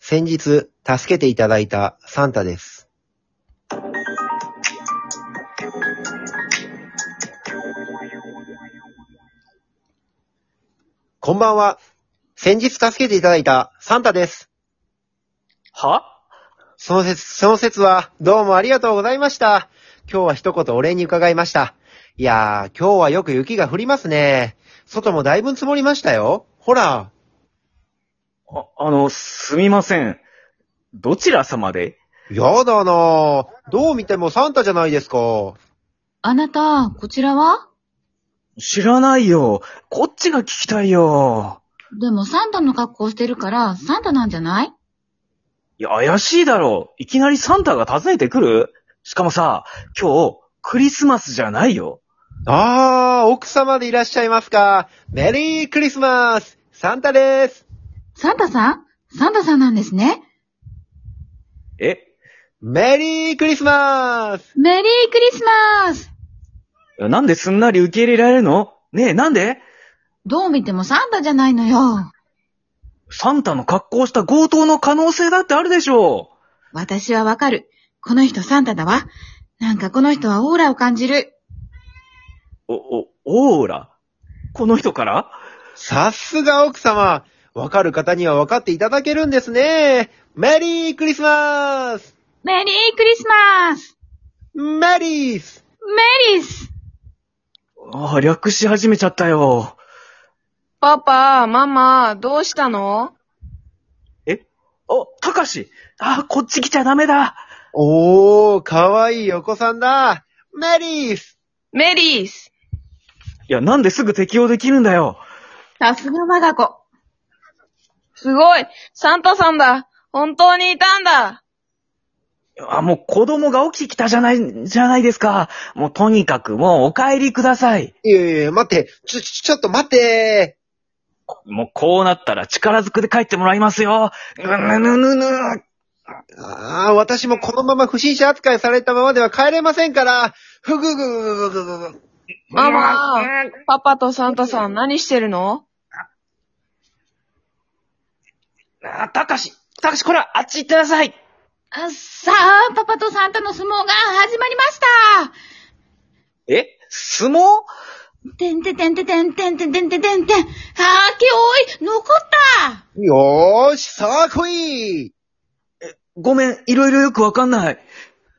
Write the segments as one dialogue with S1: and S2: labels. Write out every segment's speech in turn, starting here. S1: 先日、助けていただいたサンタです。こんばんは。先日助けていただいたサンタです。
S2: は
S1: その説、その説は、どうもありがとうございました。今日は一言お礼に伺いました。いやー、今日はよく雪が降りますね。外もだいぶ積もりましたよ。ほら、
S2: あ、あの、すみません。どちら様で
S1: やだなぁ。どう見てもサンタじゃないですか。
S3: あなた、こちらは
S2: 知らないよ。こっちが聞きたいよ。
S3: でもサンタの格好してるから、サンタなんじゃない
S2: いや、怪しいだろう。いきなりサンタが訪ねてくるしかもさ、今日、クリスマスじゃないよ。
S1: あー、奥様でいらっしゃいますか。メリークリスマスサンタです
S3: サンタさんサンタさんなんですね。
S2: え
S1: メリークリスマス
S3: メリークリスマス
S2: なんですんなり受け入れられるのねえ、なんで
S3: どう見てもサンタじゃないのよ。
S2: サンタの格好した強盗の可能性だってあるでしょ
S3: 私はわかる。この人サンタだわ。なんかこの人はオーラを感じる。
S2: う。お、お、オーラこの人から
S1: さすが奥様わかる方にはわかっていただけるんですね。メリークリスマス
S3: メリークリスマス
S1: メリース
S3: メリス
S2: ああ、略し始めちゃったよ。
S4: パパ、ママ、どうしたの
S2: お、たかしあ、こっち来ちゃダメだ
S1: おー、かわいいお子さんだメリース
S4: メリース。
S2: いや、なんですぐ適用できるんだよ
S3: さすが我が子。
S4: すごいサンタさんだ本当にいたんだ
S2: あ、もう子供が起きてきたじゃない、じゃないですかもうとにかくもうお帰りください
S1: いやいやいや、待って、ちょ、ちょちょっと待って
S2: もうこうなったら力ずくで帰ってもらいますよぬぬぬぬぬ
S1: ああ、私もこのまま不審者扱いされたままでは帰れませんから、ふぐぐぐぐぐぐぐ。
S4: ママ、パパとサンタさん何してるの
S2: あ、たかしたかしこら、あっち行ってなさい
S3: あさあ、パパとサンタの相撲が始まりました
S2: え相撲
S3: てんてんてんてんてんてんてんてんてんてんてん。あー、けおい、残った
S1: よーし、さあ来い
S2: ごめん、いろいろよくわかんない。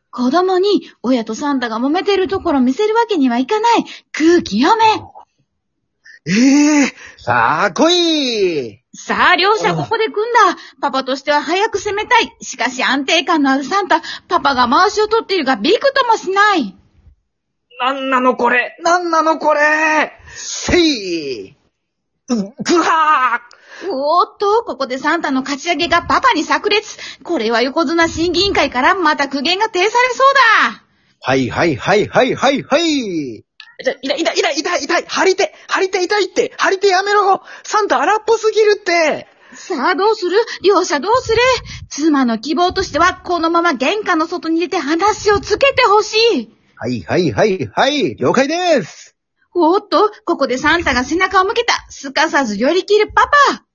S3: 子供に親とサンタが揉めてるところ見せるわけにはいかない。空気読め。
S2: ええ
S1: さあ来い
S3: さあ、両者ここで組んだ。パパとしては早く攻めたい。しかし安定感のあるサンタ、パパが回しを取っているがビクともしない。
S2: なんなのこれなんなのこれ
S1: せい
S2: ぐはー
S3: おーっと、ここでサンタの勝ち上げがパパに炸裂。これは横綱審議委員会からまた苦言が呈されそうだ。
S1: はいはいはいはいはいはい
S2: 痛い、痛い、痛い、痛い、痛い、張り手、張り手痛いって、張り手やめろサンタ荒っぽすぎるって
S3: さあどうする両者どうする妻の希望としては、このまま玄関の外に出て話をつけてほしい。
S1: はいはいはいはい了解です
S3: おーっと、ここでサンタが背中を向けた。すかさず寄り切るパパ。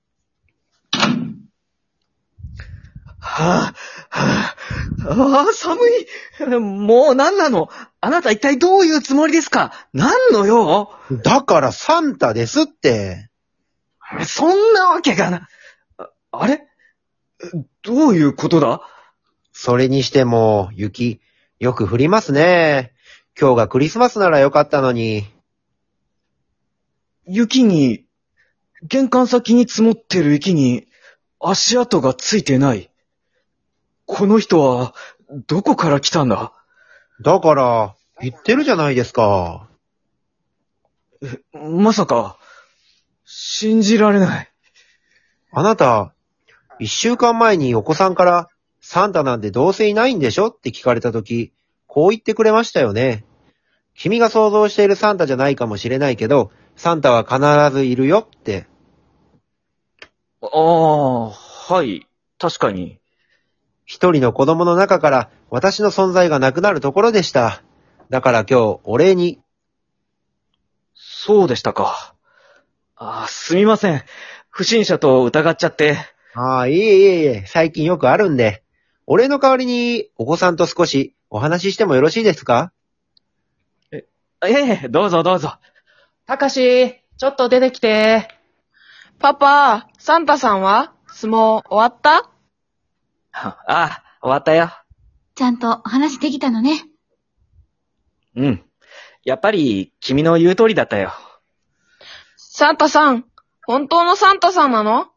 S2: はぁ、はぁ、ああ、寒いもう何なのあなた一体どういうつもりですか何のよ
S1: だからサンタですって。
S2: そんなわけがな、ああれどういうことだ
S1: それにしても、雪、よく降りますね。今日がクリスマスならよかったのに。
S2: 雪に、玄関先に積もってる雪に、足跡がついてない。この人は、どこから来たんだ
S1: だから、言ってるじゃないですか。
S2: まさか、信じられない。
S1: あなた、一週間前にお子さんから、サンタなんてどうせいないんでしょって聞かれたとき、こう言ってくれましたよね。君が想像しているサンタじゃないかもしれないけど、サンタは必ずいるよって。
S2: ああ、はい、確かに。
S1: 一人の子供の中から私の存在がなくなるところでした。だから今日、お礼に。
S2: そうでしたか。ああ、すみません。不審者と疑っちゃって。
S1: ああ、いえいえいえ、最近よくあるんで。お礼の代わりに、お子さんと少しお話ししてもよろしいですか
S2: ええ、どうぞどうぞ。
S5: たかし、ちょっと出てきて。
S4: パパ、サンタさんは相撲終わった
S2: ああ、終わったよ。
S3: ちゃんとお話できたのね。
S2: うん。やっぱり、君の言う通りだったよ。
S4: サンタさん、本当のサンタさんなの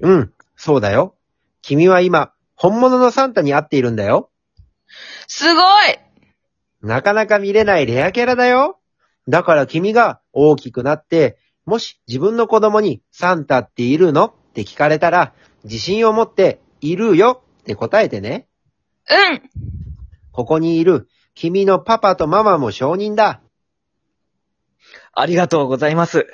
S1: うん、そうだよ。君は今、本物のサンタに会っているんだよ。
S4: すごい
S1: なかなか見れないレアキャラだよ。だから君が大きくなって、もし自分の子供にサンタっているのって聞かれたら、自信を持っているよって答えてね。
S4: うん
S1: ここにいる君のパパとママも承認だ。
S2: ありがとうございます。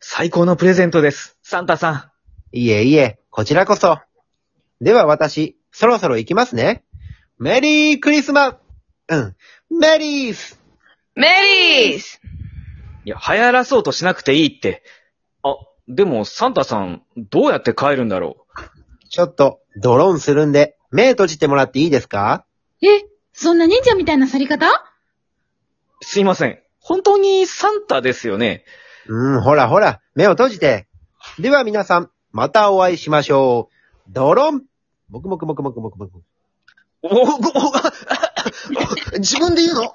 S2: 最高のプレゼントです。サンタさん。
S1: いえいえ、こちらこそ。では私、そろそろ行きますね。メリークリスマうん、メリース
S4: メリース
S2: いや、流行らそうとしなくていいって。あ、でも、サンタさん、どうやって帰るんだろ
S1: ちょっと、ドローンするんで、目閉じてもらっていいですか
S3: え、そんな忍者みたいな去り方
S2: う。すいません。本当にサンタですよね。
S1: うん、ほらほら、目を閉じて。では皆さん、またお会いしましょう。ドロンもくもくもくもくもくもく。
S2: お、お、お、あ自分で言う の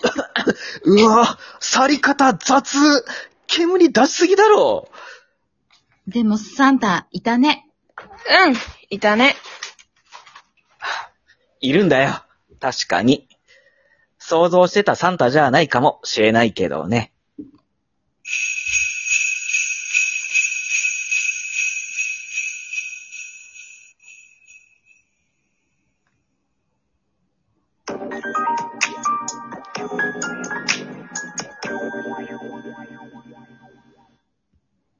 S2: うわ、去り方雑。煙出しすぎだろ。
S3: でもサンタ、いたね。
S4: うん、いたね。
S2: いるんだよ。確かに。想像してたサンタじゃないかもしれないけどね。